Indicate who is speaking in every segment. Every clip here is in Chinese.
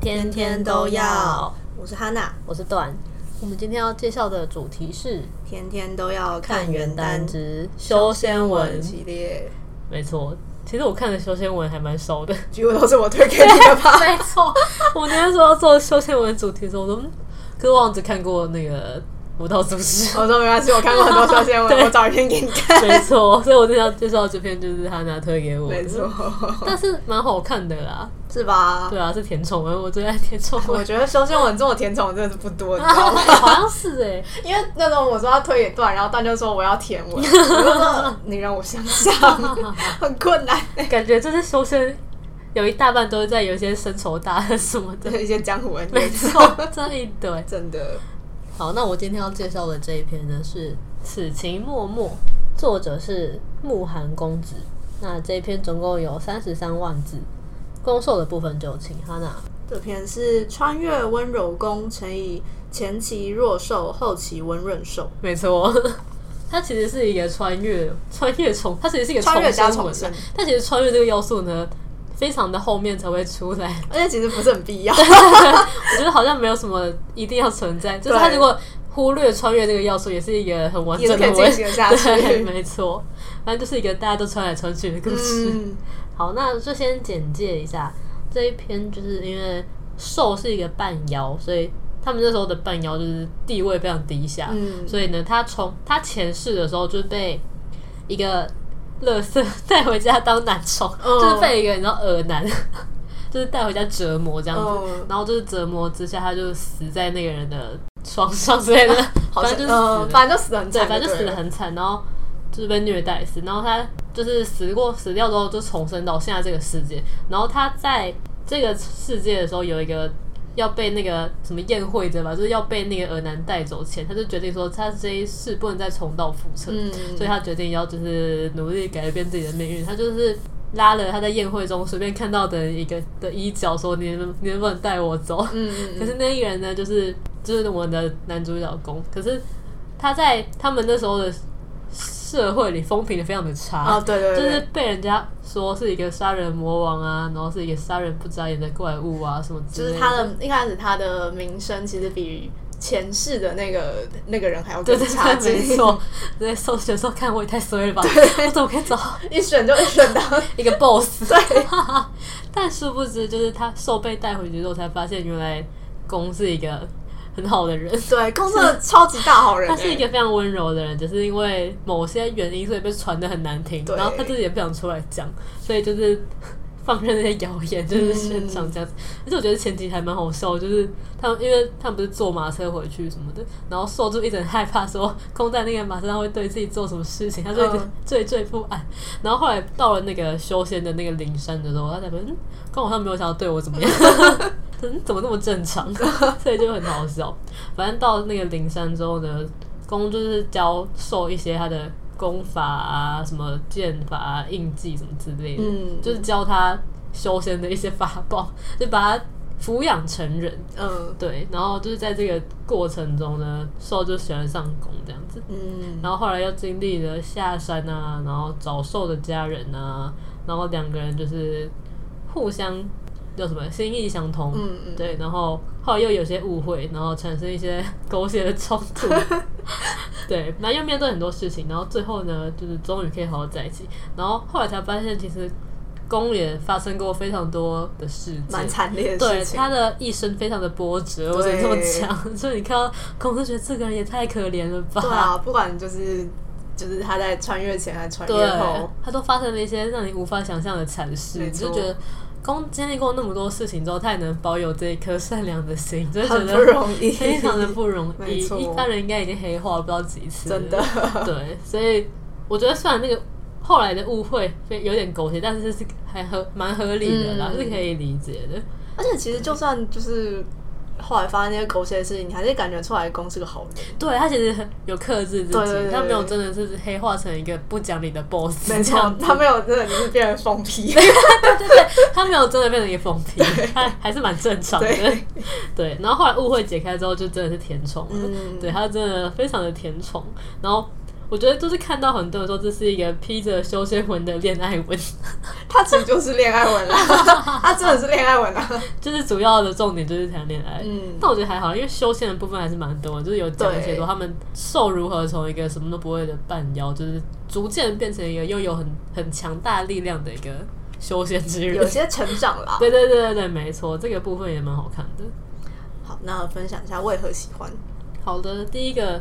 Speaker 1: 天天都要。
Speaker 2: 我是哈娜，
Speaker 1: 我是段。我们今天要介绍的主题是
Speaker 2: 天天都要看原
Speaker 1: 元
Speaker 2: 单
Speaker 1: 之修仙 文，
Speaker 2: 系列，
Speaker 1: 没错。其实我看的修仙文还蛮熟的，
Speaker 2: 几乎都是我推给你的吧？
Speaker 1: 没错。我那时候要做修仙文主题的时候，我都，嗯可是我好像只看过那个《武道祖师》
Speaker 2: 我说没关系，啊我看过很多小 新闻，
Speaker 1: 对
Speaker 2: 我找一篇给你看。
Speaker 1: 没错。所以我今天要介绍这篇就是他拿推给我的，
Speaker 2: 没错，
Speaker 1: 但是蛮好看的啦。
Speaker 2: 是吧
Speaker 1: 对？啊，是甜宠文，我最爱甜宠
Speaker 2: 我
Speaker 1: 文，
Speaker 2: 觉得修仙文这种甜宠真的是不多， 你知道吗？
Speaker 1: 好像是哎、
Speaker 2: 因为那种我说要推给段，然后段就说我要甜 文，我就说你让我想 想，很困难。
Speaker 1: 感觉就是修身有一大半都是在有一些深仇大恨什么的，
Speaker 2: 一些江湖 恩
Speaker 1: 没
Speaker 2: 怨，
Speaker 1: 错，这一堆。
Speaker 2: 真的
Speaker 1: 好，那我今天要介绍的这一篇呢是《此情默默》，作者是慕寒公子。那这一篇总共有三十三万字，攻受的部分就请哈娜。
Speaker 2: 这篇是穿越温柔宫乘以前期弱受，后期温润受，
Speaker 1: 没 错。它其实是一个穿越穿越重，它其实是一个
Speaker 2: 穿越加
Speaker 1: 重
Speaker 2: 重生
Speaker 1: 文啊但其实穿越这个要素呢，非常的后面才会出来。
Speaker 2: 而且其实不是很必要。
Speaker 1: 我觉得好像没有什么一定要 存在，就是他
Speaker 2: 对
Speaker 1: 如果忽略穿越这个要素，也是一个很完整
Speaker 2: 也
Speaker 1: 的
Speaker 2: 是可以
Speaker 1: 文，
Speaker 2: 进行下去
Speaker 1: 对，没错，反正就是一个大家都穿来穿去的故事。
Speaker 2: 嗯，
Speaker 1: 好，那就先简介一下这一篇，就是因为兽是一个半妖，所以他们那时候的半妖就是地位非常低下，
Speaker 2: 嗯
Speaker 1: 所以呢，他从他前世的时候就被一个乐色带回家当男宠，
Speaker 2: 嗯
Speaker 1: 就是被一个你知道恶男， 就是带回家折磨这样子，
Speaker 2: 嗯
Speaker 1: 然后就是折磨之下，他就死在那个人的床上之 类的，
Speaker 2: 好
Speaker 1: 哦反
Speaker 2: 像
Speaker 1: 正就是死了
Speaker 2: 呃，反正就死得很
Speaker 1: 对，
Speaker 2: 惨，
Speaker 1: 反正就死
Speaker 2: 对
Speaker 1: 的
Speaker 2: 了
Speaker 1: 很惨，然后就是被虐待死，然后他就是死过死掉之后就重生到现在这个世界，然后他在这个世界的时候有一个要被那个什么宴会者吧，就是要被那个俄男带走前，他就决定说他这一世不能再重蹈覆辙，
Speaker 2: 嗯，
Speaker 1: 所以他决定要就是努力改变自己的命运，他就是。拉了他在宴会中随便看到的一个的衣角，说你能你能不能带我走？
Speaker 2: 嗯
Speaker 1: 可是那一个人呢，就是就是我们的男主角公，可是他在他们那时候的社会里风评的非常的差
Speaker 2: 啊，对对
Speaker 1: 就
Speaker 2: 对，
Speaker 1: 是被人家说是一个杀人魔王啊，然后是一个杀人不眨眼的怪物啊什么之
Speaker 2: 就
Speaker 1: 类
Speaker 2: 是他的一开始他的名声其实比前世的那个那个人还要
Speaker 1: 对
Speaker 2: 更
Speaker 1: 对
Speaker 2: 差
Speaker 1: 对，
Speaker 2: 劲，
Speaker 1: 没错。在搜寻的时候看我也太衰了吧，我怎么可以找
Speaker 2: 一选就一选 到，
Speaker 1: 一个 boss？对， 但殊不知就是他兽被带回去之后才发现，原来公是一个很好的人。
Speaker 2: 对，公司的超级大好人欸，
Speaker 1: 他是一个非常温柔的人，只是因为某些原因，所以被传的很难听。
Speaker 2: 对
Speaker 1: 然后他自己也不想出来讲，所以就是 放任那些谣言，
Speaker 2: 嗯
Speaker 1: 就是宣传这样子。而且我觉得前期还蛮好笑，就是他们因为他们不是坐马车回去什么的，然后兽就一直很害怕说空在那个马车上会对自己做什么事情，他就一直
Speaker 2: 嗯
Speaker 1: 惴惴不安。然后后来到了那个修仙的那个灵山的时候，他才发现，嗯，刚好像没有想要对我怎么样。嗯，怎么那么 正常？所以就很好笑。反正到那个灵山之后呢，公就是教授一些他的功法啊、什么剑法啊、印记什么之类的，
Speaker 2: 嗯
Speaker 1: 就是教他修仙的一些法宝， 就把他抚养成人。
Speaker 2: 嗯
Speaker 1: 对，然后就是在这个过程中呢，兽就喜欢上公这样子。
Speaker 2: 嗯，
Speaker 1: 然后后来又经历了下山啊，然后找兽的家人啊，然后两个人就是互相叫什么心意相通，
Speaker 2: 嗯嗯
Speaker 1: 对，然后后来又有些误会，然后产生一些 狗血的冲 突，对，然后又面对很多事情，然后最后呢，就是终于可以好好在一起，然后后来才发现其实。公也发生过非常多的事情，
Speaker 2: 蛮惨烈的
Speaker 1: 对
Speaker 2: 事情
Speaker 1: 他，的一生非常的波折，我只能这么讲。 所以你看到孔子觉得这个人也太可怜了 吧？
Speaker 2: 对啊， 不管就是就是他在穿越前还是穿越
Speaker 1: 对
Speaker 2: 后，，
Speaker 1: 他都发生了一些让你无法想象的惨事，
Speaker 2: 没
Speaker 1: 你
Speaker 2: 错
Speaker 1: 就觉得公经历过那么多事情之后，他也能保有这一颗善良的心，就觉
Speaker 2: 很
Speaker 1: 得
Speaker 2: 不容易，
Speaker 1: 非常的不容易。
Speaker 2: 没错
Speaker 1: 一般人应该已经黑化了不知道几次 了，
Speaker 2: 真的。
Speaker 1: 对，所以我觉得虽然那个后来的误会非有点狗血，但是是还合蛮合理的啦，
Speaker 2: 嗯
Speaker 1: 是可以理解的。
Speaker 2: 而且其实就算就是后来发生那些狗血的事情，你还是感觉出来公是个 好人。
Speaker 1: 对他其实很有克制自
Speaker 2: 对对
Speaker 1: 己，
Speaker 2: 对
Speaker 1: 他没有真的是黑化成一个不讲理的 boss，
Speaker 2: 没
Speaker 1: 这
Speaker 2: 错
Speaker 1: 样，子
Speaker 2: 他没有真的就是变成疯批。
Speaker 1: 他没有真的变成一个疯批，他还是蛮正常的。
Speaker 2: 对
Speaker 1: 对，然后后来误会解开之后，就真的是甜宠了。
Speaker 2: 嗯
Speaker 1: 对，他真的非常的甜宠。然后我觉得就是看到很多人说这是一个披着修仙文的恋爱文，
Speaker 2: 他其实就是恋爱文啦，啊 他真的是恋爱文啊啦。
Speaker 1: 就是主要的重点就是谈恋爱。
Speaker 2: 嗯
Speaker 1: 但我觉得还好，因为修仙的部分还是蛮多的，就是有讲一些说
Speaker 2: 对
Speaker 1: 他们受如何从一个什么都不会的半妖，就是逐渐变成一个拥有很很强大力量的一个修仙之
Speaker 2: 有
Speaker 1: 人。
Speaker 2: 些成长啦。
Speaker 1: 对对对对对，没错，这个部分也蛮好看的。
Speaker 2: 好，那分享一下为何喜欢。
Speaker 1: 好的，第一个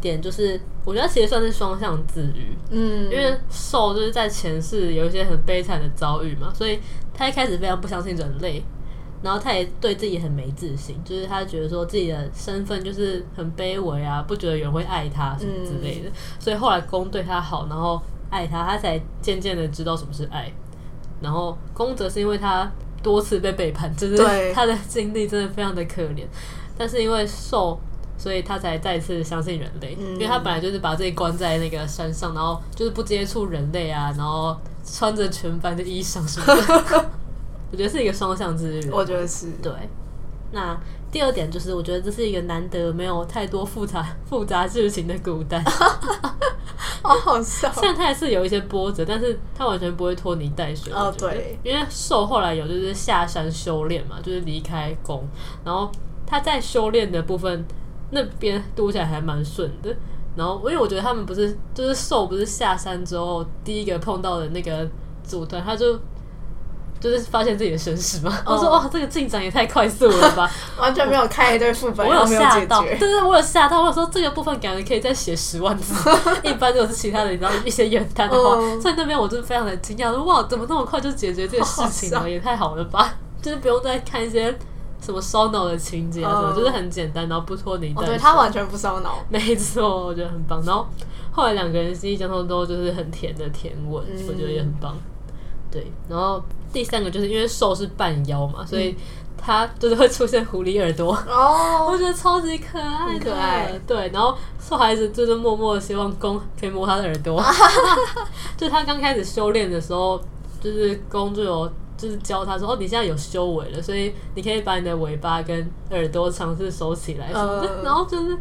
Speaker 1: 点就是，我觉得它其实算是双向自愈，
Speaker 2: 嗯，
Speaker 1: 因为兽就是在前世有一些很悲惨的遭遇嘛，所以他一开始非常不相信人类，然后他也对自己很没自信，就是他觉得说自己的身份就是很卑微啊，不觉得有人会爱他什么之类
Speaker 2: 嗯
Speaker 1: 的，所以后来公对他好，然后爱他，他才渐渐的知道什么是爱。然后公则是因为他多次被背叛，就是
Speaker 2: 对
Speaker 1: 他的经历真的非常的可怜，但是因为受。所以他才再次相信人类，
Speaker 2: 嗯
Speaker 1: 因为他本来就是把自己关在那个山上，然后就是不接触人类啊，然后穿着全白的衣裳什么的。 我觉得是一个双向之旅。
Speaker 2: 我觉得是
Speaker 1: 对。那第二点就是，我觉得这是一个难得没有太多复杂复杂剧情的古代，
Speaker 2: 好好笑。
Speaker 1: 虽然它也是有一些波折，但是它完全不会拖泥带水。
Speaker 2: 哦
Speaker 1: 我觉得
Speaker 2: 对，
Speaker 1: 因为兽后来有就是下山修炼嘛，就是离开宫，然后他在修炼的部分那边读起来还蛮顺的。然后，因为我觉得他们不是，就是兽不是下山之后第一个碰到的那个组团，他就就是发现自己的身世嘛。
Speaker 2: 哦
Speaker 1: 我说哇，这个进展也太快速了吧！
Speaker 2: 完全没有看一堆副本，
Speaker 1: 我
Speaker 2: 然后
Speaker 1: 有
Speaker 2: 没有
Speaker 1: 吓
Speaker 2: 解
Speaker 1: 到，对
Speaker 2: 决。
Speaker 1: 对，我有吓到。我有说这个部分感觉可以再写十 万字，一般如果是其他的，你知道一些原单的话，
Speaker 2: 嗯
Speaker 1: 所以那边我就是非常的惊讶，说哇，怎么那么快就解决这个事情
Speaker 2: 好
Speaker 1: 了？也太好了吧！就是不用再看一些什么烧脑的情节啊什么，
Speaker 2: 嗯
Speaker 1: 就是很简单，然后不拖泥带
Speaker 2: 哦，
Speaker 1: 水。
Speaker 2: 对他完全不烧脑。
Speaker 1: 没错，我觉得很棒。然后后来两个人心意相通之后，就是很甜的甜吻，
Speaker 2: 嗯
Speaker 1: 我觉得也很棒。对，然后第三个就是因为兽是半妖嘛，所
Speaker 2: 嗯
Speaker 1: 以它就是会出现狐狸耳朵。我
Speaker 2: 哦，
Speaker 1: 觉得超级可爱的，
Speaker 2: 很可爱
Speaker 1: 对，然后瘦孩子就是默默的希望公可以摸他的耳 朵， 就他刚开始修炼的时候，就是公就有就是教他说，哦，你现在有修为了，所以你可以把你的尾巴跟耳朵尝试收起来什么的。
Speaker 2: 嗯
Speaker 1: 然后就是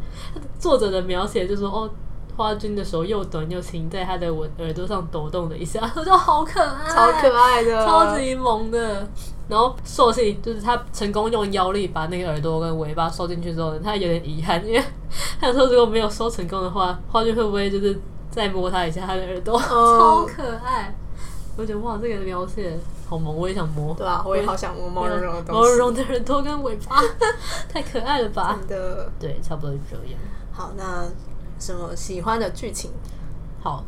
Speaker 1: 作者的描写就说，哦。花君的手又短又轻，在他的耳耳朵上抖动了一下， 我觉得好可爱，
Speaker 2: 哎超可爱的，
Speaker 1: 超级萌的。然后兽性就是他成功用腰力把那个耳朵跟尾巴收进去之后呢，他有点遗憾，因为 他想说如果没有收成功的话，花君会不会就是再摸他一下他的耳朵？超
Speaker 2: 哦
Speaker 1: 可爱！我觉得哇，这个描写好萌，我也想摸
Speaker 2: 对啊，我也好想摸毛茸茸的
Speaker 1: 毛
Speaker 2: 东
Speaker 1: 茸
Speaker 2: 西。
Speaker 1: 茸的耳朵跟尾巴， 太可爱了吧？
Speaker 2: 真的
Speaker 1: 对，差不多就这样。
Speaker 2: 好，那什么喜欢的剧情？
Speaker 1: 好，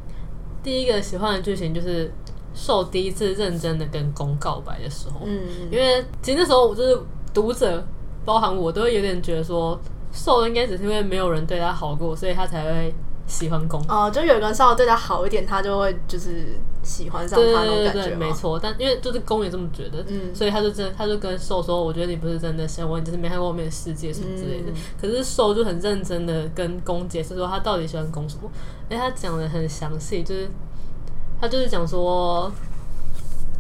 Speaker 1: 第一个喜欢的剧情就是兽第一次认真的跟公告白的时候，
Speaker 2: 嗯，
Speaker 1: 因为其实那时候我就是读者，包含我都会有点觉得说，瘦应该只是因为没有人对他好过，所以他才会喜欢公。
Speaker 2: 哦，就有个人稍微对他好一点，他就会就是喜欢上
Speaker 1: 对
Speaker 2: 他那
Speaker 1: 对
Speaker 2: 种
Speaker 1: 对
Speaker 2: 感
Speaker 1: 对
Speaker 2: 觉
Speaker 1: 对，
Speaker 2: 吗
Speaker 1: 没错。但因为就是公也这么觉得，
Speaker 2: 嗯
Speaker 1: 所以他就真的他就跟瘦说：“我觉得你不是真的想我，你只是没看过后面的世界什么之类的。
Speaker 2: 嗯
Speaker 1: 可是瘦就很认真的跟公解释说他到底喜欢公什么，哎，他讲的很详细，就是他就是讲说。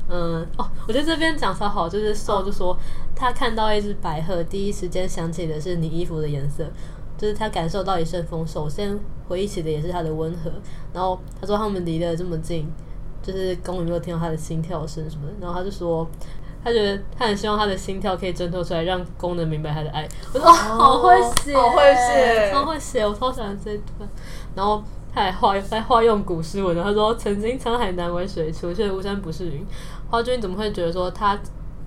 Speaker 1: 嗯，哦，我觉得这边讲超好，就是瘦就说、他看到一只白鹤，第一时间想起的是你衣服的颜色，就是他感受到一阵风，首先回忆起的也是他的温和。然后他说他们离得这么近，就是公有没有听到他的心跳声什么的，然后他就说。他觉得他很希望他的心跳可以挣脱出来，让公能明白他的爱。我说哦，好会写，
Speaker 2: 好会写
Speaker 1: 超会写，我超喜欢这一段。然后他还化还化用古诗文，然后他说：“曾经沧海难为水，除却巫山不是云。”花君怎么会觉得说他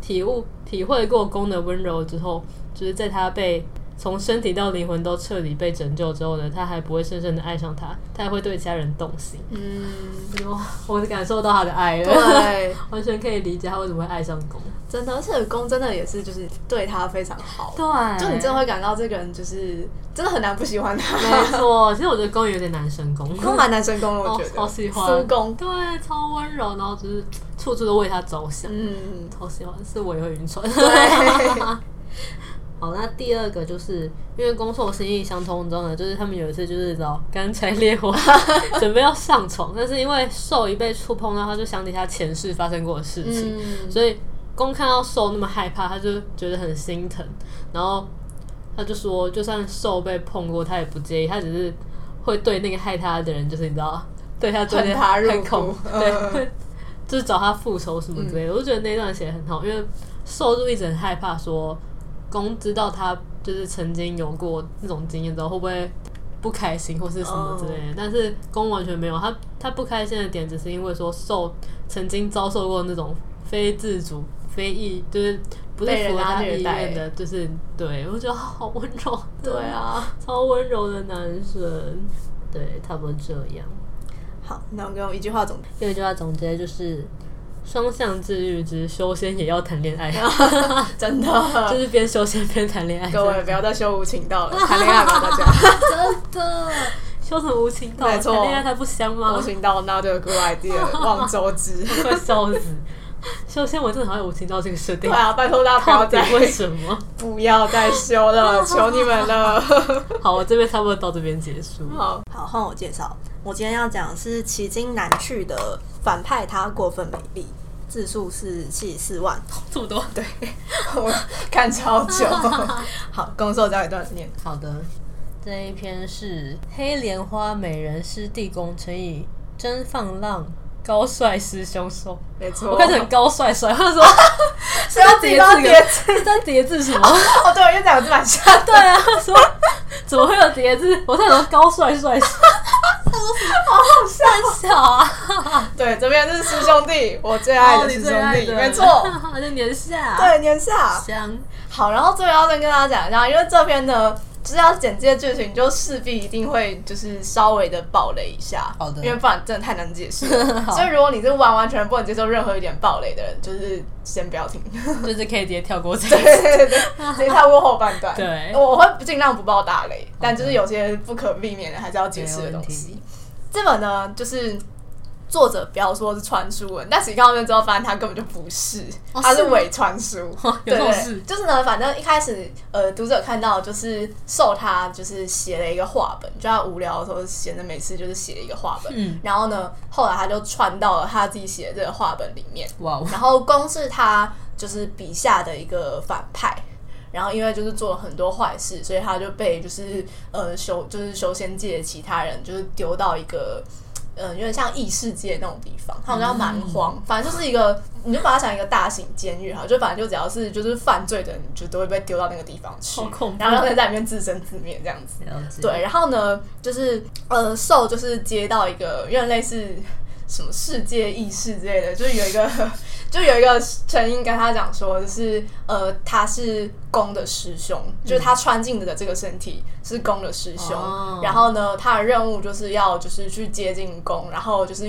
Speaker 1: 体悟体会过公的温柔之后，就是在他被从身体到灵魂都彻底被拯救之后呢，他还不会深深的爱上他，他还会对其他人动心。
Speaker 2: 嗯，
Speaker 1: 哇，我感受到他的爱了，
Speaker 2: 对，
Speaker 1: 完全可以理解他为什么会爱上公。
Speaker 2: 真的，而且公真的也是就是对他非常好，
Speaker 1: 对
Speaker 2: 就你真的会感到这个人就是真的很难不喜欢他，
Speaker 1: 没错，其实我觉得公有点男神公，
Speaker 2: 都蛮男神攻的，我
Speaker 1: 好
Speaker 2: 觉得，
Speaker 1: 嗯哦好喜欢
Speaker 2: 苏公，
Speaker 1: 对，超温柔，然后就是处处都为他着想，
Speaker 2: 嗯，
Speaker 1: 好喜欢，是我也会晕船。
Speaker 2: 对，
Speaker 1: 好，那第二个就是因为攻受心意相通之后呢，就是他们有一次就是找干柴烈火， 准备要上床，但是因为兽一被触碰到，他就想起他前世发生过的事情，
Speaker 2: 嗯，
Speaker 1: 所以公看到兽那么害怕，他就觉得很心疼，然后他就说，就算兽被碰过，他也不介意，他只是会对那个害他的人，就是你知 道，对他追
Speaker 2: 恨他入
Speaker 1: 很恐
Speaker 2: 骨，
Speaker 1: 对，
Speaker 2: 嗯
Speaker 1: 会就是找他复仇什么之类的。我就觉得那段写得很好，因为受助一直很害怕说，公知道他就是曾经有过那种经验之后，会不会不开心或是什么之类
Speaker 2: 哦
Speaker 1: 的。但是公完全没有，他他不开心的点只是因为说受曾经遭受过那种非自主、非意，就是不是
Speaker 2: 被人
Speaker 1: 符合
Speaker 2: 家
Speaker 1: 他
Speaker 2: 虐
Speaker 1: 意
Speaker 2: 待
Speaker 1: 愿的，就是对我觉得好温柔，
Speaker 2: 对，啊。
Speaker 1: 超温柔的男生，对，差不多这样。
Speaker 2: 好，那我们用一句话总结。
Speaker 1: 这个就要总结就是双向治愈之修仙也要谈恋 爱，
Speaker 2: 真
Speaker 1: 就
Speaker 2: 的，
Speaker 1: 是边修仙边谈恋 爱。
Speaker 2: 各
Speaker 3: 哎
Speaker 2: 位不要再羞无情道 了，谈恋爱吧大家。
Speaker 1: 真的修什么无情道？
Speaker 2: 没
Speaker 1: 谈
Speaker 2: 错
Speaker 1: 恋爱它不香吗
Speaker 2: 无？情 道 not a good idea，望周知。
Speaker 1: 快笑死！修仙我真的好有无情道这个设
Speaker 2: 对，
Speaker 1: 定
Speaker 2: 啊，拜托大家不
Speaker 1: 到
Speaker 2: 要
Speaker 1: 底
Speaker 2: 再
Speaker 1: 为什么？
Speaker 2: 不要再 修了，求你们了。
Speaker 1: 好，我这边差不多到这边结束。
Speaker 2: 好，
Speaker 3: 好，换我介绍。我今天要讲的是迄今南去的反派，她过分美丽，字数是七十四万。
Speaker 1: 这么多，对，
Speaker 2: 我看超 久。好，公受教一段念。
Speaker 1: 好的。这一篇是黑莲花美人师地宫乘以真放浪高帅师凶兽。
Speaker 2: 没错，
Speaker 1: 我看着很高帅帅，他 说是
Speaker 2: 哦要
Speaker 1: 要
Speaker 2: 自己
Speaker 1: 叠
Speaker 2: 帮他
Speaker 1: 字个
Speaker 2: 叠
Speaker 1: 是在叠字什么？
Speaker 2: 哦，对，我跟你讲，我这蛮像的，
Speaker 1: 对啊，他说怎么会有叠字？我在说高帅帅，他说什么？好好笑，小啊！ 哦
Speaker 2: 对，这边就是师兄弟，我最爱的师
Speaker 3: 哦
Speaker 2: 兄弟，没 错，，
Speaker 1: 就年啊下，，
Speaker 2: 对，年下。
Speaker 1: 香，
Speaker 2: 好，然后最后要再跟大家讲一下，因为这篇呢，就是要简介剧情，就势必一定会就是稍微的暴雷一下，
Speaker 1: 好的
Speaker 2: 因为不然真的太难解 释了。所以如果你是完完全全不能接受任何一点暴雷的人，就是先不要听，
Speaker 1: 就是可以直接跳过这
Speaker 2: 对对对，直接跳过后半段。
Speaker 1: 对
Speaker 2: 我会尽量不爆大雷，但就是有些不可避免的还是要解释的
Speaker 1: 没
Speaker 2: 东
Speaker 1: 问
Speaker 2: 西。
Speaker 1: 题。
Speaker 2: 这本呢，就是作者不要说是穿书文，但实际看到这之后，发现他根本就不是，
Speaker 1: 哦
Speaker 2: 他是
Speaker 1: 是吗
Speaker 2: 伪穿书。
Speaker 1: 有
Speaker 2: 对
Speaker 1: 这
Speaker 2: 对
Speaker 1: 种
Speaker 2: 对
Speaker 1: 事，
Speaker 2: 就是呢，反正一开始呃，读者看到就是受他就是写了一个画本，就他无聊的时候闲着没事就是写了一个画本，
Speaker 1: 嗯
Speaker 2: 然后呢，后来他就穿到了他自己写的这个画本里面，
Speaker 1: 哇哦，
Speaker 2: 然后公是他就是笔下的一个反派，然后因为就是做了很多坏事，所以他就被就是呃修就是修仙界的其他人就是丢到一个。嗯，有点像异世界那种地方，他们叫
Speaker 1: 嗯
Speaker 2: 蛮荒，反正就是一个，你就把它想一个大型监狱哈，就反正就只要是就是犯罪的人，就都会被丢到那个地方去，
Speaker 1: 好恐怖
Speaker 2: 然后在里面自生自灭这样子。
Speaker 1: 了解，
Speaker 2: 对，然后呢，就是呃，兽就是接到一个有点类似什么世界意识之类的，就是有一个 就有一个声音跟他讲说，就是呃，他是公的师兄，就是他穿进的这个身体是公的师兄，
Speaker 1: 哦
Speaker 2: 然后呢，他的任务就是要就是去接近公，然后就是。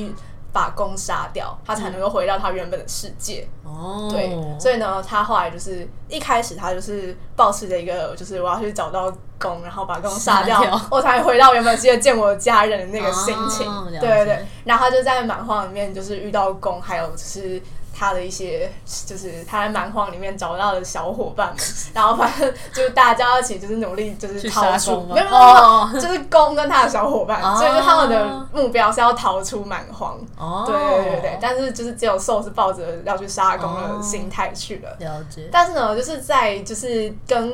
Speaker 2: 把公杀掉，他才能够回到他原本的世界。
Speaker 1: 哦，
Speaker 2: 对，所以呢，他后来就是一开始他就是抱持着一个，就是我要去找到公，然后把公杀掉
Speaker 1: 杀掉，
Speaker 2: 我才回到原本世界见我家人的那个心情。
Speaker 1: 哦
Speaker 2: 对
Speaker 1: 了解
Speaker 2: 对对，然后他就在蛮荒里面就是遇到公，还有就是。他的一些就是他在蛮荒里面找到的小伙伴 们，然后反正就是大家一起就是努力就是
Speaker 1: 去
Speaker 2: 逃
Speaker 1: 杀
Speaker 2: 出，
Speaker 1: 公吗
Speaker 2: 没有没有没有
Speaker 1: 哦
Speaker 2: 就是公跟他的小伙伴，
Speaker 1: 哦
Speaker 2: 所以就他们的目标是要逃出蛮荒。
Speaker 1: 哦，
Speaker 2: 对对对对，但是就是只有兽是抱着要去杀公的
Speaker 1: 哦
Speaker 2: 心态去了。
Speaker 1: 了解，
Speaker 2: 但是呢，就是在就是跟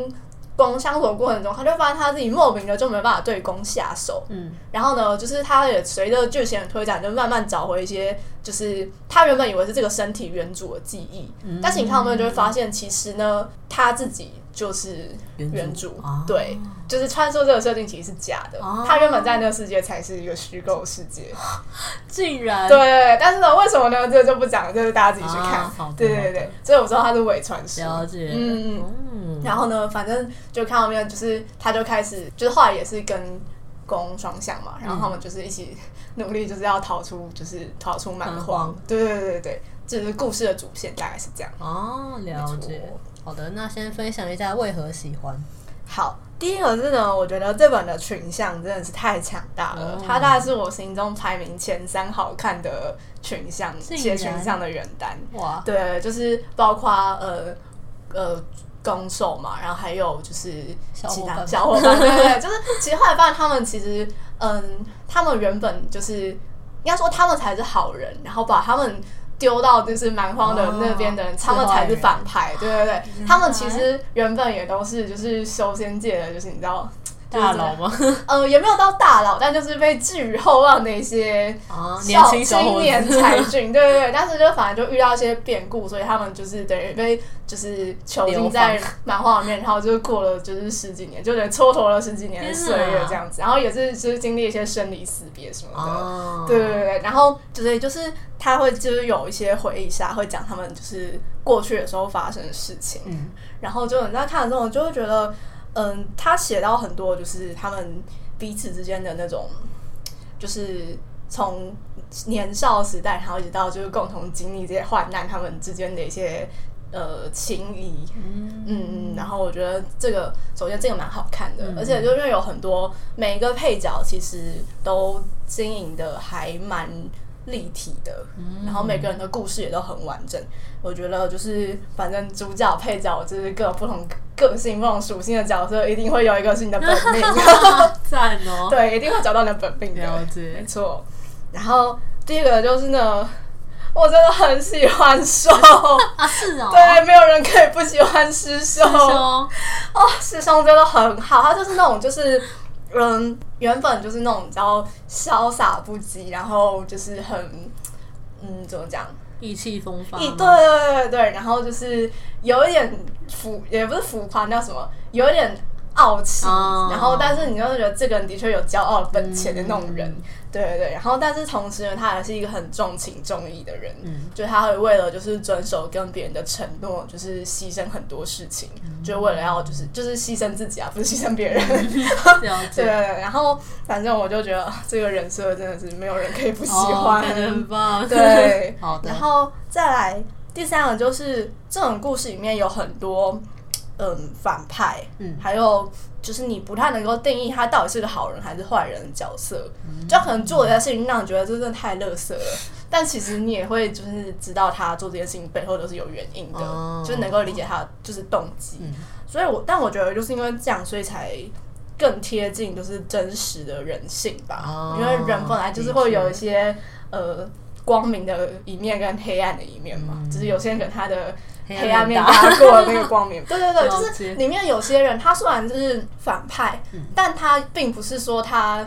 Speaker 2: 公相处的过程中，他就发现他自己莫名的就没办法对公下手。
Speaker 1: 嗯，
Speaker 2: 然后呢，就是他也随着剧情的推展，就慢慢找回一些，就是他原本以为是这个身体原主的记忆，
Speaker 1: 嗯
Speaker 2: 但是你看到后面就会发现，其实呢，他自己就是
Speaker 1: 原主
Speaker 2: 原主，
Speaker 1: 哦
Speaker 2: 对，就是穿梭这个设定其实是假的，
Speaker 1: 哦
Speaker 2: 他原本在那个世界才是一个虚构世界，
Speaker 1: 竟然
Speaker 2: 对，但是呢，为什么呢？这个就不讲了，就是大家自己去看。
Speaker 1: 啊好的
Speaker 2: 对对对对，所以我知道他是伪传书。
Speaker 1: 了解，
Speaker 2: 嗯嗯。
Speaker 1: 嗯，
Speaker 2: 然后呢，反正就看到面，就是他就开始，就是后来也是跟公双向嘛，
Speaker 1: 嗯
Speaker 2: 然后他们就是一起努力，就是要逃出，就是逃出蛮
Speaker 1: 蛮
Speaker 2: 荒
Speaker 1: 荒。
Speaker 2: 对对对对对，这、就是故事的主线，大概是这样。
Speaker 1: 哦，了
Speaker 2: 没
Speaker 1: 解
Speaker 2: 错。
Speaker 1: 好的，那先分享一下为何喜欢。
Speaker 2: 好，第一个是呢，我觉得这本的群像真的是太强大了，
Speaker 1: 哦
Speaker 2: 它大概是我心中排名前三好看的群像，
Speaker 1: 竟
Speaker 2: 写群
Speaker 1: 然
Speaker 2: 像的原单。
Speaker 1: 哇，
Speaker 2: 对，就是包括呃呃攻受嘛，然后还有就是
Speaker 1: 小
Speaker 2: 其
Speaker 1: 伙
Speaker 2: 他
Speaker 1: 伴
Speaker 2: 小伙伴，对对 对，就是其实后来发现他们其实嗯，他们原本就是应该说他们才是好人，然后把他们。丢到就是蛮荒的那边的人，
Speaker 1: 哦
Speaker 2: 他们
Speaker 1: 是坏
Speaker 2: 才是
Speaker 1: 人
Speaker 2: 反派，对对对，他们其实原本也都是就是修仙界的，就是你知道
Speaker 1: 大 佬吗？
Speaker 2: 呃，也没有到大佬，但就是被寄予厚望的一些
Speaker 1: 啊，年
Speaker 2: 少
Speaker 1: 轻小
Speaker 2: 青
Speaker 1: 伙
Speaker 2: 年
Speaker 1: 子，
Speaker 2: 才俊，对对对，但是就反正就遇到一些变故，所以他们就是等于被就是囚禁在
Speaker 1: 流
Speaker 2: 漫画里面，然后就是过了就是十几年，就等于蹉跎了十几年的岁
Speaker 1: 天
Speaker 2: 月
Speaker 1: 哪
Speaker 2: 这样子，然后也是就是经历一些生离死别什么的，
Speaker 1: 哦，
Speaker 2: 对对对，对，然后就是就是他会就是有一些回忆杀，会讲他们就是过去的时候发生的事情，
Speaker 1: 嗯
Speaker 2: 然后就你在看的时候，我就会觉得，嗯，他写到很多就是他们彼此之间的那种，就是从年少时代，然后一直到就是共同经历这些患难，他们之间的一些呃情谊，嗯，
Speaker 1: 嗯
Speaker 2: 嗯，然后我觉得这个首先这个蛮好看的，
Speaker 1: 嗯
Speaker 2: 而且就因为有很多每一个配角其实都经营的还蛮立体的，
Speaker 1: 嗯
Speaker 2: 然后每个人的故事也都很完整。我觉得就是反正主角配角就是各有不同个性、不同属性的角色，一定会有一个是你的本 命，
Speaker 1: 赞 哦，
Speaker 2: 对，一定会找到你的本命的。
Speaker 1: 了
Speaker 2: 没
Speaker 1: 解，
Speaker 2: 错。然后第一个就是呢，我真的很喜欢兽，
Speaker 1: 啊是 哦，
Speaker 2: 对，没有人可以不喜欢师兄。
Speaker 1: 哦，
Speaker 2: 哦，师兄真的很好，他就是那种就是。嗯，原本就是那种比较潇洒不羁，然后就是很，嗯，怎么讲？
Speaker 1: 意气风发吗，
Speaker 2: 一对对对对，然后就是有一点浮，也不是浮夸，叫什么？有一点傲气。
Speaker 1: 哦
Speaker 2: 然后，但是你就会觉得这个人的确有骄傲本钱的那种人。
Speaker 1: 嗯
Speaker 2: 对对对，然后但是同时呢，他也是一个很重情重义的人。
Speaker 1: 嗯
Speaker 2: 就他会为了就是遵守跟别人的承诺，就是牺牲很多事情，
Speaker 1: 嗯
Speaker 2: 就为了要就是就是牺牲自己啊，不是牺牲 别人。
Speaker 1: 了
Speaker 2: 对对对，
Speaker 1: 解，
Speaker 2: 然后反正我就觉得啊这个人设真的是没有人可以不喜
Speaker 1: 哦
Speaker 2: 欢。
Speaker 1: 感觉很棒，
Speaker 2: 对
Speaker 1: 好的，
Speaker 2: 然后再来第三个就是这种故事里面有很多嗯反派，
Speaker 1: 嗯
Speaker 2: 还有就是你不太能够定义他到底是个好人还是坏人的角色，
Speaker 1: 嗯
Speaker 2: 就可能做了一件事情让你觉得这真的太乐色了，但其实你也会就是知道他做这件事情背后都是有原因的，
Speaker 1: 哦
Speaker 2: 就是能够理解他就是动机。
Speaker 1: 嗯
Speaker 2: 所以我但我觉得就是因为这样，所以才。更贴近就是真实的人性吧，
Speaker 1: 哦
Speaker 2: 因为人本来就是
Speaker 1: 的确
Speaker 2: 会有一些呃光明的一面跟黑暗的一面嘛，
Speaker 1: 嗯
Speaker 2: 只是有些人可能他的黑
Speaker 1: 黑
Speaker 2: 暗
Speaker 1: 暗
Speaker 2: 面
Speaker 1: 面
Speaker 2: 大过了那个光 明。对对对，
Speaker 1: 了
Speaker 2: 就
Speaker 1: 解嗯
Speaker 2: 是里面有些人他虽然就是反派，但他并不是说他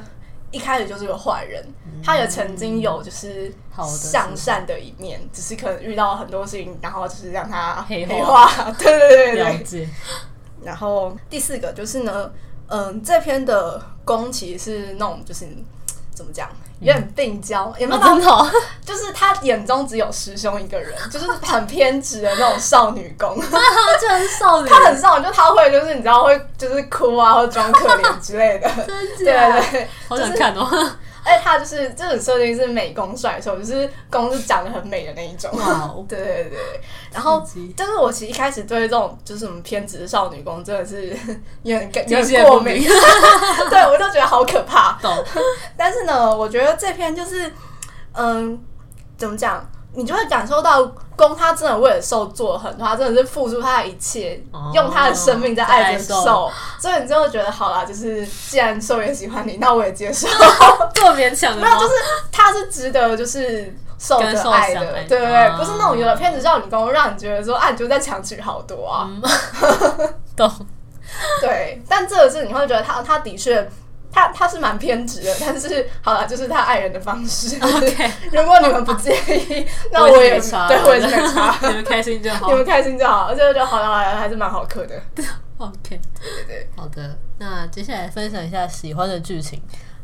Speaker 2: 一开始就是个坏人，他也曾经有就是
Speaker 1: 嗯好的
Speaker 2: 向善的一面，只是可能遇到很多事情，然后就是让他
Speaker 1: 黑化
Speaker 2: 化。 对对对对
Speaker 1: 了
Speaker 2: 对。
Speaker 1: 解，
Speaker 2: 然后第四个就是呢，嗯，这篇的攻其实是那种就是怎么讲，有点病娇，有没有
Speaker 1: 那
Speaker 2: 到
Speaker 1: 真的哦，
Speaker 2: 就是他眼中只有师兄一个人，就是很偏执的那种少女 攻。
Speaker 1: 他居然是少女，
Speaker 2: 他很少，就他会就是你知道会就是哭啊，或装可怜之类的。
Speaker 1: 真
Speaker 2: 对
Speaker 1: 假
Speaker 2: 对对，
Speaker 1: 好想看哦，
Speaker 2: 哎，他就是这种设定是美工帅兽，就是攻是长得很美的那一种。
Speaker 1: 哇哦，
Speaker 2: 对对对对，然后
Speaker 1: 刺激。
Speaker 2: 但是我其实一开始对这种就是什么偏执的少女攻真的是有点有
Speaker 1: 界
Speaker 2: 点
Speaker 1: 限
Speaker 2: 过
Speaker 1: 不
Speaker 2: 敏
Speaker 1: 明，
Speaker 2: 对我就觉得好可怕。
Speaker 1: 懂，
Speaker 2: 但是呢，我觉得这篇就是，嗯，怎么讲，你就会感受到公他真的为了受做了很多，他真的是付出他的一切，
Speaker 1: 哦
Speaker 2: 用他的生命在爱着
Speaker 1: 在爱
Speaker 2: 受
Speaker 1: 受，
Speaker 2: 所以你就会觉得好啦，就是既然受也喜欢你，那我也接 受，
Speaker 1: 这么勉强的
Speaker 2: 没
Speaker 1: 吗？
Speaker 2: 有就是他是值得就是。受
Speaker 1: 跟
Speaker 2: 的
Speaker 1: 受
Speaker 2: 爱的，
Speaker 1: 相爱
Speaker 2: 对对对，
Speaker 1: 哦
Speaker 2: 不是那种有的骗子让你攻，让你觉得说，啊，你就在强取好多啊，
Speaker 1: 嗯懂，
Speaker 2: 对，但这个是你会觉得他他的确。他他是蛮偏执的，但是好了，就是他爱人的方式。
Speaker 1: OK
Speaker 2: 如果你们不介 意，那
Speaker 1: 我
Speaker 2: 也
Speaker 1: 也是没差，
Speaker 2: 对我也是没 差
Speaker 1: 你们开心就好
Speaker 2: 你。们开心就好。而且我觉得好了，还是蛮好磕的。
Speaker 1: OK，
Speaker 2: 对对，
Speaker 1: 好的，那接下来分享一下喜欢的剧情。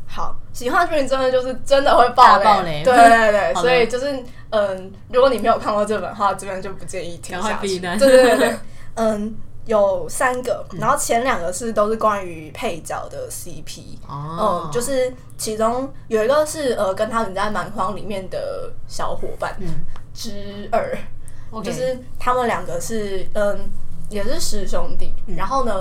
Speaker 2: 好，喜欢的剧情真的就是真的会爆雷，
Speaker 1: 大爆 雷
Speaker 2: 对对对，
Speaker 1: 好的
Speaker 2: 所以就是嗯，如果你没有看过这本的话，这边就不建议听
Speaker 1: 赶快
Speaker 2: 下去。
Speaker 1: 避难嗯
Speaker 2: 对对对 对，嗯，有三个，然后前两个是都是关于配角的 CP。嗯，
Speaker 1: 哦
Speaker 2: 就是其中有一个是呃跟他们在蛮荒里面的小伙伴
Speaker 1: 嗯
Speaker 2: 之二，
Speaker 1: ，OK，
Speaker 2: 就是他们两个是嗯也是师兄弟，然后呢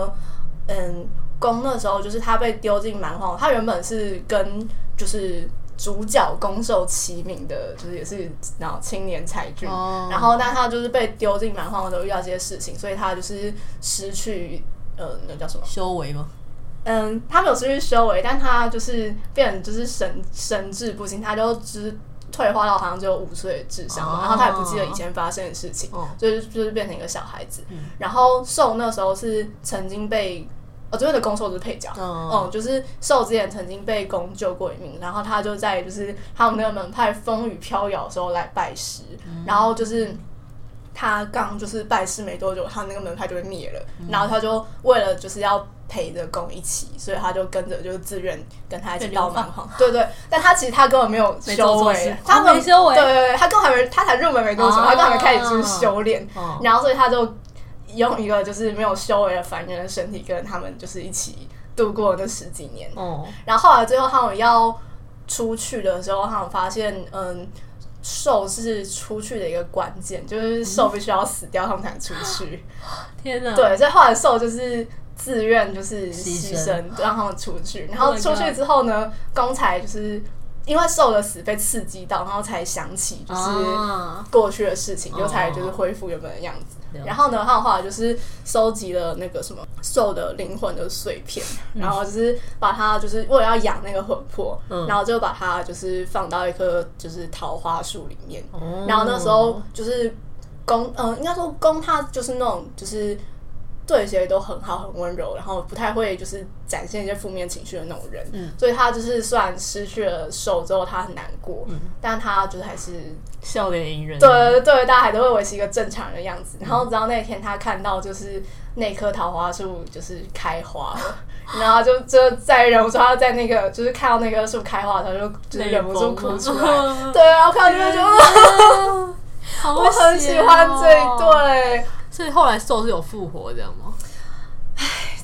Speaker 2: 嗯公那时候就是他被丢进蛮荒，他原本是跟就是。主角攻受齐名的，就是也是然后青年才俊
Speaker 1: 哦
Speaker 2: 然后但他就是被丢进蛮荒的时候遇到这些事情，所以他就是失去呃那叫什么
Speaker 1: 修为吗？
Speaker 2: 嗯，他没有失去修为，但他就是变成就是神神志不清，他就只退化到好像只有五岁的智商嘛
Speaker 1: 哦
Speaker 2: 然后他也不记得以前发生的事情，
Speaker 1: 哦嗯
Speaker 2: 所以就是变成一个小孩子。然后兽那时候是曾经被哦，这边的攻受是配角，
Speaker 1: 哦
Speaker 2: 嗯，就是受之前曾经被攻救过一命，然后他就在就是他们那个门派风雨飘摇的时候来拜师，
Speaker 1: 嗯
Speaker 2: 然后就是。他刚就是拜师没多久，他那个门派就被灭了，
Speaker 3: 嗯
Speaker 2: 然后他就为了就是要陪着公一起，所以他就跟着就是自愿跟他一起
Speaker 3: 被
Speaker 2: 到
Speaker 3: 流放
Speaker 2: 蛮荒，对对，但他其实他根本没有
Speaker 3: 没
Speaker 2: 修
Speaker 3: 做错
Speaker 2: 为
Speaker 3: 事，
Speaker 2: 他根
Speaker 1: 哦
Speaker 2: 本
Speaker 1: 没修
Speaker 3: 欸
Speaker 1: 为
Speaker 2: 对对对，他根本还没他才入门没多久，
Speaker 1: 哦
Speaker 2: 他根本还没开始就是修炼，
Speaker 1: 哦
Speaker 2: 然后所以他就用一个就是没有修为的凡人的身体跟他们就是一起度过那十几年。
Speaker 1: 哦，
Speaker 2: 然后后来最后他们要出去的时候，他们发现，嗯，兽是出去的一个关键，就是兽必须要死掉，他们才能出去。
Speaker 1: 天哪！，
Speaker 2: 对，所以后来兽就是自愿就是
Speaker 1: 嗯牺
Speaker 2: 牺
Speaker 1: 牲 Oh
Speaker 2: 牲让他们出去，然后
Speaker 1: my
Speaker 2: 出去
Speaker 1: God
Speaker 2: 之后呢，刚才就是。因为兽的死被刺激到，然后才想起就是
Speaker 1: 啊，
Speaker 2: 过去的事情，
Speaker 1: 哦
Speaker 2: 就才就是恢复原本的样子。
Speaker 1: 了解
Speaker 2: 然后呢，他的话就是收集了那个什么兽的灵魂的碎片，然后就是把它就是为了要养那个魂魄，
Speaker 1: 嗯
Speaker 2: 然后就把它就是放到一棵就是桃花树里面。
Speaker 1: 哦
Speaker 2: 然后那时候就是公，嗯、应该说公他就是那种就是对谁都很好、很温柔，然后不太会就是展现一些负面情绪的那种人。
Speaker 1: 嗯
Speaker 2: 所以他就是虽然失去了手之后，他很难过，
Speaker 1: 嗯
Speaker 2: 但他就是还是
Speaker 1: 笑脸迎人，
Speaker 2: 对对，大家还都会维持一个正常人的样子。然后直到那天他看到就是那棵桃花树就是开花了，然后就就在忍不住，他在那个就是看到那棵树开花的时候，他就就是忍不住哭 出来。
Speaker 1: 来
Speaker 2: 对，然后看到就会觉得啊我很喜欢这一。
Speaker 1: 对，
Speaker 2: 对。
Speaker 1: 哦所以后来兽是有复活这样吗？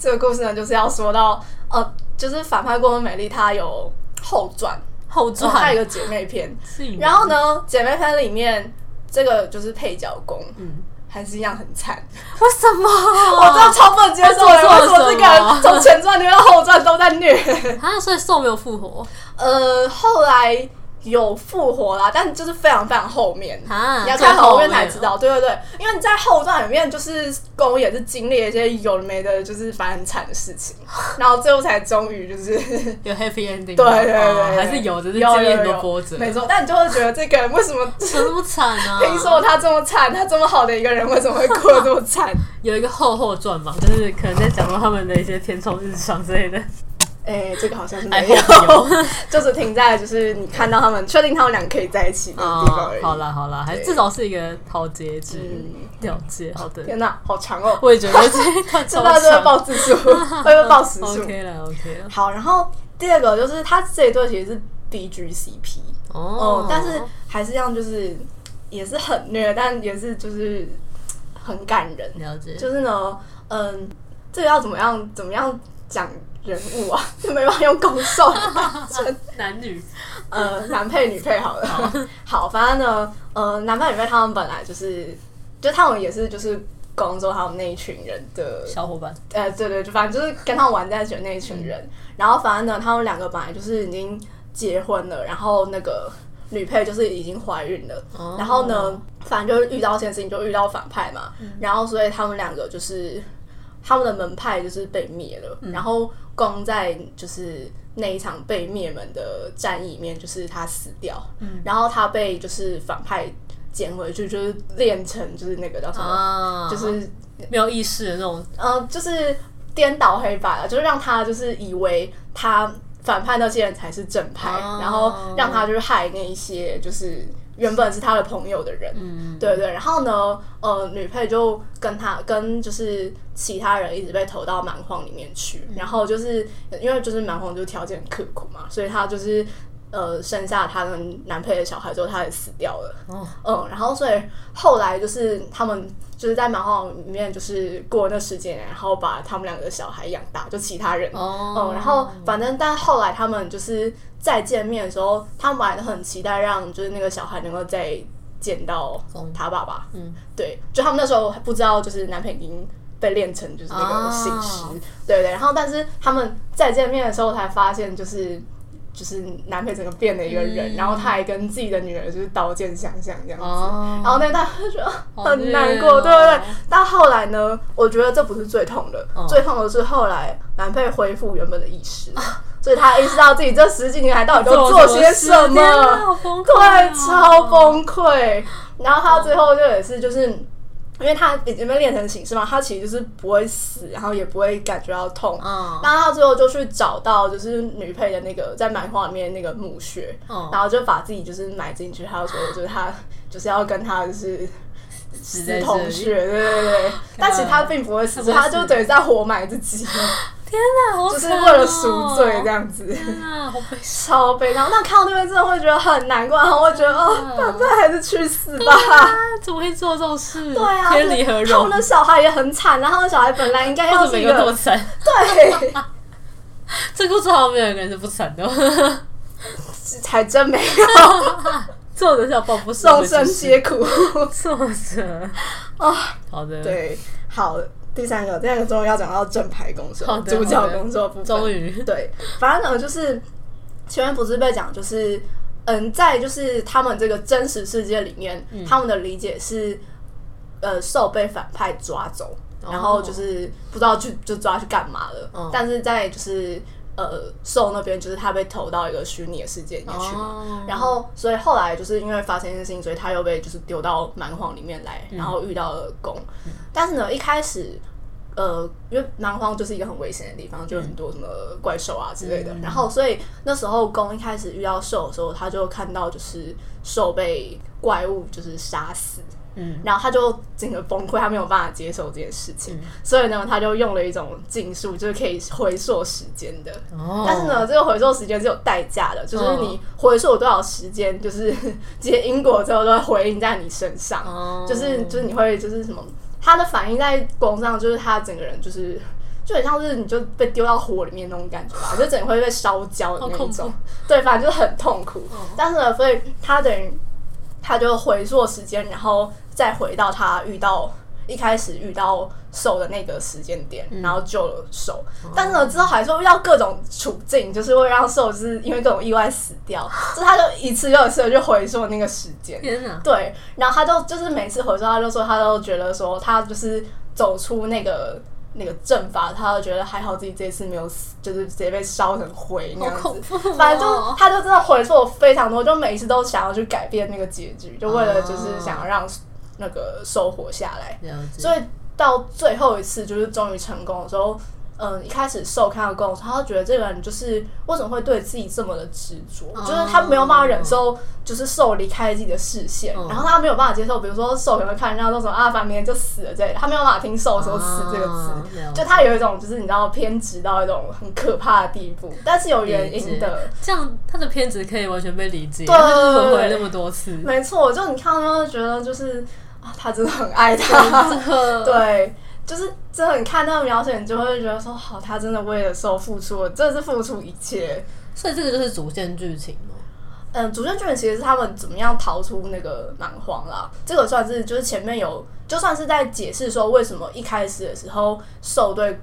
Speaker 2: 这个故事呢，就是要说到呃，就是反派过分美丽，它有后传，
Speaker 1: 后
Speaker 2: 就是它
Speaker 1: 传
Speaker 2: 哦有一个姐妹篇。
Speaker 1: 是你吗
Speaker 2: 然后呢，姐妹篇里面这个就是配角攻，
Speaker 1: 嗯，
Speaker 2: 还是一样很惨。
Speaker 1: 为什么？
Speaker 2: 我真的超不能接受的，
Speaker 1: 他
Speaker 2: 为
Speaker 1: 做
Speaker 2: 什
Speaker 1: 错
Speaker 2: 么
Speaker 1: 了
Speaker 2: 这个
Speaker 1: 什么
Speaker 2: 人从前传虐到后传都在虐？
Speaker 1: 啊，所以兽没有复活
Speaker 2: 呃，后来有复活啦，但就是非常非常后面。
Speaker 1: 啊，
Speaker 2: 你要看
Speaker 1: 最
Speaker 2: 后面才知
Speaker 1: 哦。
Speaker 2: 道，对对对，因为你在后传里面就是宫也是经历了一些有的没的，就是反正很惨的事 情，然后最后才终于就是， 对
Speaker 1: 有 happy ending，对哦
Speaker 2: 对对对，
Speaker 1: 还是有，只是
Speaker 2: 哦有
Speaker 1: 经历
Speaker 2: 有
Speaker 1: 很多
Speaker 2: 有
Speaker 1: 波折，
Speaker 2: 没错。但你就会觉得这个人为什 么
Speaker 1: 怎么那么惨 啊？
Speaker 2: 听说他这么惨，他这么好的一个人为什么会过得这么 惨？
Speaker 1: 有一个后后传嘛，就是可能在讲到他们的一些填充日常之 类的，
Speaker 2: 哎、这个好像是
Speaker 1: 哎
Speaker 2: 没
Speaker 1: 后
Speaker 2: 有。
Speaker 1: 有
Speaker 2: 就是停在就是你看到他们，确定他们俩可以在一起的地方
Speaker 1: 啊
Speaker 2: 而已。，
Speaker 1: 好啦好啦，还
Speaker 2: 对
Speaker 1: 至少是一个好结局，
Speaker 2: 嗯，
Speaker 1: 了解，好的。
Speaker 2: 天哪，好长哦！
Speaker 1: 我也觉得这一段
Speaker 2: 这
Speaker 1: 超
Speaker 2: 段就会
Speaker 1: 长 嗯
Speaker 2: 报字数， 会被报时数。
Speaker 1: ，OK 了 OK 了，
Speaker 2: 好，然后第二个就是他这一对其实是 B G C P 哦、
Speaker 1: 哦
Speaker 2: 但是还是一样，就是也是很虐，但也是就是很感人。
Speaker 1: 了解，
Speaker 2: 就是呢，嗯，这个要怎么样怎么样讲人物啊？ 就没办法用攻受来打 针。
Speaker 1: 啊男女
Speaker 2: 呃，男配女配好了。 好，反正呢，呃，男配女配他们本来就是，就他们也是就是广州他们那一群人的，
Speaker 1: 小伙伴，
Speaker 2: 呃，对对，就反正就是跟他们玩在一起的那一群人。然后反正呢，他们两个本来就是已经结婚了，然后那个。女配就是已经怀孕了
Speaker 1: 哦嗯
Speaker 2: 然后呢，反正就是遇到一件事情就遇到反派嘛，然后所以他们两个就是他们的门派就是被灭了，
Speaker 1: 嗯
Speaker 2: 然后公在就是那一场被灭门的战役里面，就是他死掉，
Speaker 1: 嗯
Speaker 2: 然后他被就是反派捡回去，就是练成就是那个叫什么，
Speaker 1: 啊，
Speaker 2: 就是
Speaker 1: 没有意识的那种，
Speaker 2: 嗯、呃就是颠倒黑白啊了，就是让他就是以为他反派那些人才是正派，
Speaker 1: 哦
Speaker 2: 然后让他就是害那一些就是原本是他的朋友的人，
Speaker 1: 嗯，
Speaker 2: 对对，然后呢，呃，女配就跟他跟就是其他人一直被投到蛮荒里面去，
Speaker 1: 嗯
Speaker 2: 然后就是因为就是蛮荒就是条件很刻苦嘛，所以她就是呃生下她跟男配的小孩之后，她也死掉了。
Speaker 1: 哦
Speaker 2: 嗯，然后所以后来就是他们就是在蛮荒里面就是过那十几年，然后把他们两个的小孩养大，就其他人
Speaker 1: 哦
Speaker 2: 嗯，然后反正但后来他们就是再见面的时候，他们本来都很期待让就是那个小孩能够再见到
Speaker 1: 懂
Speaker 2: 他爸爸，
Speaker 1: 嗯，
Speaker 2: 对，就他们那时候还不知道就是男配已经被练成就是那个性师，
Speaker 1: 哦
Speaker 2: 对对，然后但是他们再见面的时候才发现就是。就是男配整个变了一个人，
Speaker 1: 嗯
Speaker 2: 然后他还跟自己的女儿就是刀剑相向这样子，
Speaker 1: 哦，
Speaker 2: 然后那段就觉得啊
Speaker 1: 好
Speaker 2: 很难
Speaker 1: 虐
Speaker 2: 过，
Speaker 1: 哦
Speaker 2: 对对对。但后来呢，我觉得这不是最痛的，
Speaker 1: 嗯
Speaker 2: 最痛的是后来男配恢复原本的意识，所以他意识到自己这十几年来到底都
Speaker 1: 哦做
Speaker 2: 做
Speaker 1: 什么
Speaker 2: 些
Speaker 1: 事
Speaker 2: 什
Speaker 1: 天哪好
Speaker 2: 么，
Speaker 1: 崩溃
Speaker 2: 对，
Speaker 1: 哦
Speaker 2: 超崩溃。然后他最后就也是就是。因为他已经被练成形式嘛，他其实就是不会死，然后也不会感觉到痛。
Speaker 1: 嗯
Speaker 2: 那他最后就去找到就是女配的那个在埋花里面那个墓穴，
Speaker 1: 嗯
Speaker 2: 然后就把自己就是埋进去。他就说，就是他就是要跟他就是
Speaker 1: 死
Speaker 2: 死
Speaker 1: 在
Speaker 2: 同
Speaker 1: 这里
Speaker 2: 穴，对对 对。但其实他并不会死，
Speaker 1: 他不会
Speaker 2: 他就
Speaker 1: 死
Speaker 2: 等于在活埋自 己，
Speaker 1: 天哪，好
Speaker 2: 就是
Speaker 1: 惨
Speaker 2: 为了
Speaker 1: 哦
Speaker 2: 赎罪这。样子。
Speaker 1: 天哪，好哦悲伤。
Speaker 2: 超悲伤，那看到那边真的会觉得很难过，然后会觉得哦，爸爸还是去死吧。
Speaker 1: 啊怎么会做这种事？
Speaker 2: 啊对啊，
Speaker 1: 天理何
Speaker 2: 然后
Speaker 1: 容？
Speaker 2: 那小孩也很惨，然后那小孩本来应该
Speaker 1: 为
Speaker 2: 要
Speaker 1: 什
Speaker 2: 是
Speaker 1: 么
Speaker 2: 一
Speaker 1: 有这么
Speaker 2: 个
Speaker 1: 惨？
Speaker 2: 对，
Speaker 1: 这故事好像没有一个人是不惨的，
Speaker 2: 还真 没有，
Speaker 1: 这种人想报复社
Speaker 2: 众
Speaker 1: 会是
Speaker 2: 生
Speaker 1: 不是，
Speaker 2: 皆苦
Speaker 1: 作者。
Speaker 2: 啊。
Speaker 1: 好的，，
Speaker 2: 对，好，第三个，第三个终于要讲到正牌工作，
Speaker 1: 好的
Speaker 2: 主角
Speaker 1: 好的
Speaker 2: 工作部分，
Speaker 1: 终于，
Speaker 2: 对，反正呢就是前面不是被讲，就是嗯，在就是他们这个真实世界里面，
Speaker 1: 嗯
Speaker 2: 他们的理解是呃受被反派抓走，然后就是不知道去就抓去干嘛了，
Speaker 1: 哦
Speaker 2: 但是在就是。呃，受那边就是他被投到一个虚拟的世界里面去嘛
Speaker 1: 哦
Speaker 2: 然后所以后来就是因为发生一件事情，所以他又被就是丢到蛮荒里面来，然后遇到了宫、但是呢，一开始呃，因为蛮荒就是一个很危险的地方，就有很多什么怪兽啊之类的。然后，所以那时候公一开始遇到兽的时候，他就看到就是兽被怪物就是杀死，
Speaker 1: 嗯，
Speaker 2: 然后他就整个崩溃，他没有办法接受这件事情，所以呢，他就用了一种禁术，就是可以回溯时间的。
Speaker 1: 哦嗯
Speaker 2: 但是，呢，这个回溯时间是有代价的，就是你回溯多少时间，就是 这些因果之后都会回应在你身上。
Speaker 1: 哦
Speaker 2: 就是就是你会就是什么，他的反应在光上，就是他整个人就是就很像是你就被丢到火里面那种感觉 吧，就整个会被烧焦的那
Speaker 1: 好
Speaker 2: 一
Speaker 1: 恐
Speaker 2: 种
Speaker 1: 怖，哦
Speaker 2: 对，反正就是很痛苦。但是呢，所以他等于他就回溯时间，然后再回到他遇到。一开始遇到兽的那个时间点，
Speaker 1: 嗯
Speaker 2: 然后救了兽，
Speaker 1: 哦
Speaker 2: 但是呢之后还是会遇到各种处境，就是会让兽就是因为各种意外死掉， 就是他就一次又一次的去回溯那个时间，
Speaker 1: 天哪，
Speaker 2: 对，然后他就就是每次回收，他就说他都觉得说他就是走出那个那个阵法，他就觉得还好自己这次没有死，就是直接被烧成灰那
Speaker 1: 好
Speaker 2: 样子。
Speaker 1: 恐怖哦，
Speaker 2: 反正就他就真的回溯非常多，就每一次都想要去改变那个结局，就为了就是想要让那个收活下来。
Speaker 1: 了解，
Speaker 2: 所以到最后一次就是终于成功的时候，嗯，一开始受看到共他就觉得这个人就是为什么会对自己这么的执着，
Speaker 1: 哦
Speaker 2: 就是他没有办法忍受，就是受离开自己的视线，
Speaker 1: 嗯
Speaker 2: 然后他没有办法接受，比如说受可能看人家都说啊，反正明天就死了之类的，他没有办法听受说死这个字。
Speaker 1: 啊了
Speaker 2: 就
Speaker 1: 解
Speaker 2: 他有一种，就是你知道偏执到一种很可怕的地步，但是有原因的。
Speaker 1: 这样他的片子可以完全被理解，
Speaker 2: 对
Speaker 1: 他就是轮回那么多次，
Speaker 2: 没错，就你看到就觉得就是啊，他真的很爱他，对，就是真的，你看那个描写，你就会觉得说，好，他真的为了受付出了，真的是付出一切。
Speaker 1: 所以这个就是主线剧情嘛，
Speaker 2: 嗯，主线剧情其实是他们怎么样逃出那个蛮荒啦，这个算是就是前面有，就算是在解释说为什么一开始的时候受对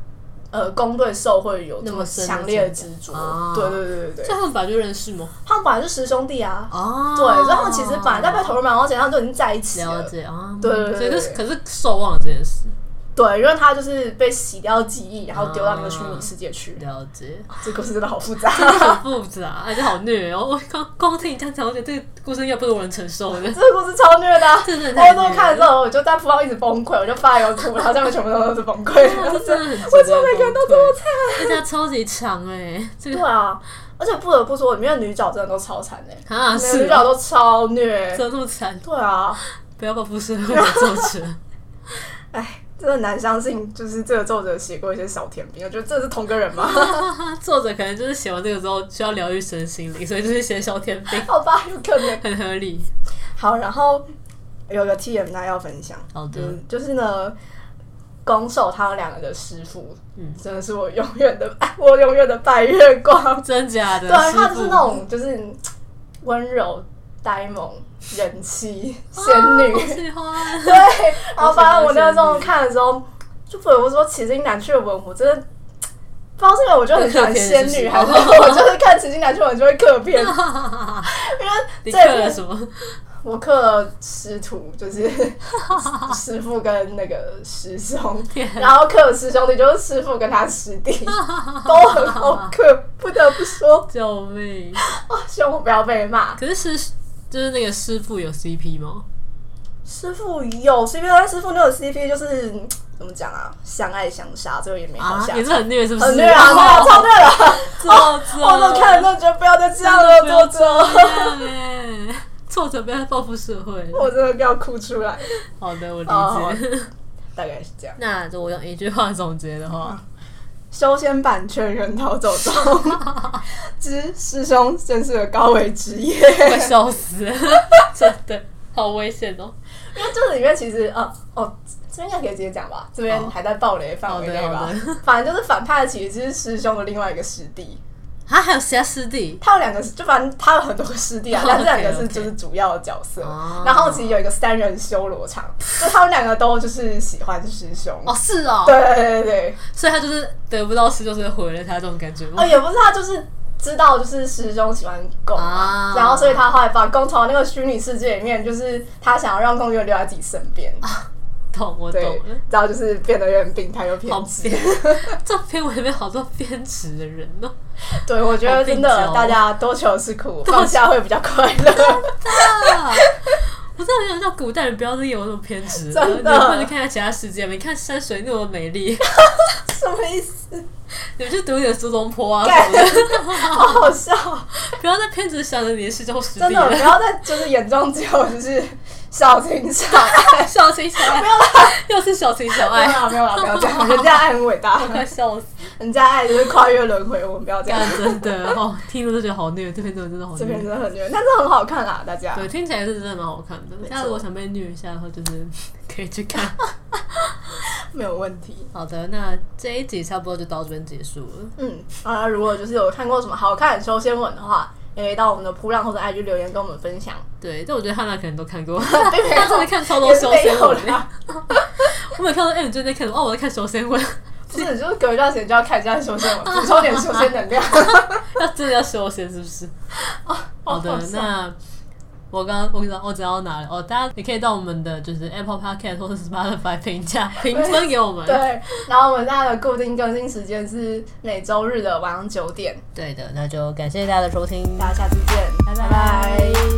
Speaker 2: 呃攻对受会有这
Speaker 1: 那
Speaker 2: 么
Speaker 1: 么深的
Speaker 2: 强烈的执
Speaker 1: 情感
Speaker 2: 着
Speaker 1: 哦，
Speaker 2: 对对对对
Speaker 1: 所
Speaker 2: 对，
Speaker 1: 以他们本来就认识吗？
Speaker 2: 他们本来是师兄弟啊，
Speaker 1: 哦，
Speaker 2: 对，所以他们其实本来在被投入蛮荒前，他们就已经在一起
Speaker 1: 了
Speaker 2: 了，
Speaker 1: 解啊，
Speaker 2: 对对对
Speaker 1: 所以
Speaker 2: 对
Speaker 1: 就是可是受忘了这件事，
Speaker 2: 对，因为他就是被洗掉记忆，然后丢到那个虚拟世界去。
Speaker 1: 了解，
Speaker 2: 这故事真的好复杂，
Speaker 1: 很复杂，而且好虐哦，我刚光听你这样讲，我觉得这个故事应该不是我能承受的，
Speaker 2: 这个故事超虐的啊、
Speaker 1: 真的
Speaker 2: 我那
Speaker 1: 太虐
Speaker 2: 时候看的时候，我就在铺上一直崩溃，我就发油图，然后下面全部都是崩溃
Speaker 1: 哇
Speaker 2: 的。
Speaker 1: 这真的很值得
Speaker 2: 为什么每个人都这么
Speaker 1: 惨？而且它超级长哎、这
Speaker 2: 对
Speaker 1: 个
Speaker 2: 啊，而且不得不说，里面的女角真的都超惨哎、
Speaker 1: 啊
Speaker 2: 每个
Speaker 1: 是
Speaker 2: 女角都超虐。
Speaker 1: 怎么那么惨？
Speaker 2: 对啊，
Speaker 1: 不要报复社会的作者，
Speaker 2: 哎，真的难相信，就是这个作者写过一些小甜饼，我觉得这是同个人 吗？
Speaker 1: 他作者可能就是写完这个之后需要疗愈身心灵，所以就是写小甜饼，
Speaker 2: 好吧，有可能。
Speaker 1: 很合理。
Speaker 2: 好，然后有个 T M 那要分享。
Speaker 1: 好的，
Speaker 2: 嗯，就是呢，攻守他们两个的师傅，
Speaker 1: 嗯
Speaker 2: 真的是我永远的， 我永远的白月光。
Speaker 1: 真假的，
Speaker 2: 对，啊他就
Speaker 1: 师傅
Speaker 2: 是那种就是嗯温柔、呆萌、人气、仙 女。
Speaker 1: 啊我喜欢，
Speaker 2: 对，然后反正我那时候看的时候，就不得不说，奇经南雀文，我真的。不知道是因为我就很喜欢仙女， 还是我就是看《奇经南雀文》就会刻片，因为
Speaker 1: 你
Speaker 2: 这
Speaker 1: 刻了
Speaker 2: 部
Speaker 1: 什么？
Speaker 2: 我刻了师徒，就是 师傅跟那个师兄，
Speaker 1: 啊
Speaker 2: 然后刻了师兄弟就是师傅跟他师 弟，都很好刻，不得不说，哦
Speaker 1: 救命！
Speaker 2: 希望我不要被骂。
Speaker 1: 可是师就是那个师傅有 CP 吗？
Speaker 2: 师傅有 CP，但师傅那种 CP 就是嗯怎么讲啊，相爱相杀，最后也没好
Speaker 1: 啊
Speaker 2: 下，
Speaker 1: 也是
Speaker 2: 场。
Speaker 1: 很虐，是不哦是？
Speaker 2: 很虐啊，对啊，超虐了！
Speaker 1: 挫折，
Speaker 2: 哦我都看了，都觉得不要再这样了，
Speaker 1: 真的
Speaker 2: 作
Speaker 1: 不
Speaker 2: 者，
Speaker 1: 对， 挫折不要报复社会。
Speaker 2: 我真的要哭出来。
Speaker 1: 好的，我理
Speaker 2: 哦好
Speaker 1: 解。
Speaker 2: 大概是这样。
Speaker 1: 那如果用一句话总结的话，
Speaker 2: 修仙版全人逃走中，之师兄真是个高危职业。
Speaker 1: 会笑死， 真的好危险哦。
Speaker 2: 因为这里面其实，呃，哦，这边应该可以直接讲吧，这边
Speaker 1: 哦
Speaker 2: 还在暴雷范围内
Speaker 1: 好
Speaker 2: 吧
Speaker 1: 的好。
Speaker 2: 反正就是反派其实是师兄的另外一个师弟，
Speaker 1: 啊，还有其他师弟
Speaker 2: 他有两个，就反正他有很多个师弟啊，但这两个
Speaker 1: OK，OK
Speaker 2: 是就是主要的角色。
Speaker 1: 哦
Speaker 2: 然后其实有一个三人修罗场，就他们两个都就是喜欢师兄。
Speaker 1: 哦，是哦，
Speaker 2: 对对对对对，
Speaker 1: 所以他就是得不到失，就是毁了他这种感觉吗
Speaker 2: 哦，？也不是他就是。知道就是师兄喜欢公嘛
Speaker 1: 啊
Speaker 2: 然后所以他后来把公从那个虚拟世界里面，就是他想要让公园留在自己身边，
Speaker 1: 懂，啊我懂
Speaker 2: 对
Speaker 1: 了。，
Speaker 2: 然后就是变得有点病态又偏
Speaker 1: 好
Speaker 2: 激，
Speaker 1: 编， 这篇文里面好多编职的人哦。
Speaker 2: 对，我觉得真
Speaker 1: 好
Speaker 2: 的
Speaker 1: 病娇哦
Speaker 2: 大家多求是苦，放下会比较快 乐。
Speaker 1: 啊！我真的很想叫古代人不要再有那种偏执了，
Speaker 2: 真
Speaker 1: 你
Speaker 2: 的
Speaker 1: 们不能看看其他世界吗，你看山水那么 美丽，
Speaker 2: 什么意思？
Speaker 1: 你们去读点苏东坡啊什
Speaker 2: 干
Speaker 1: 么的，
Speaker 2: 好好笑，
Speaker 1: 不要再偏执想着你的师兄师
Speaker 2: 真
Speaker 1: 弟
Speaker 2: 的不
Speaker 1: 了。
Speaker 2: 要再就是眼中只有就是小情小 爱，
Speaker 1: 小情小爱， 又是小情小
Speaker 2: 没有
Speaker 1: 爱，
Speaker 2: 啦没有啦，不要这样，人家爱很伟 大，
Speaker 1: 快 笑死！
Speaker 2: 人家爱就是跨越轮回，我们不要这 样。
Speaker 1: 干真的哦，听着都觉得好虐，这篇真的真的好
Speaker 2: 这边真
Speaker 1: 虐。
Speaker 2: 的很虐，但是很好看啦，大家。
Speaker 1: 对，听起来是真的蛮好看的。大家如果想被虐一下的话，就是 可以去看。
Speaker 2: 没有问题。
Speaker 1: 好的，那这一集差不多就到这边结束了。
Speaker 2: 嗯，啊，如果就是有看过什么好看的修仙文的话，也可以到我们的扑浪或者 IG 留言跟我们分 享。
Speaker 1: 对，但我觉得汉娜可能都看 过，
Speaker 2: 并没有
Speaker 1: 他真的看超多
Speaker 2: 也是
Speaker 1: 修
Speaker 2: 没
Speaker 1: 仙
Speaker 2: 有
Speaker 1: 文欸。
Speaker 2: 啦，
Speaker 1: 我每看到哎、你最近在看什么？哦，我在看修 仙文，
Speaker 2: 不是，就是隔一段时间就要看一下修仙文，补充点修仙 能量。
Speaker 1: 要真的要修仙是不是？哦好的，
Speaker 2: 笑
Speaker 1: 那我刚刚我知道我知道哪里哦，大家也可以到我们的就是 Apple Podcast 或者 Spotify 评 价评分给我们。
Speaker 2: 对，然后我们大家的固定更新时间是每周日的晚上九点，
Speaker 1: 对的，那就感谢大家的收听，
Speaker 2: 大家下次见，
Speaker 1: 拜
Speaker 2: 拜拜
Speaker 1: 拜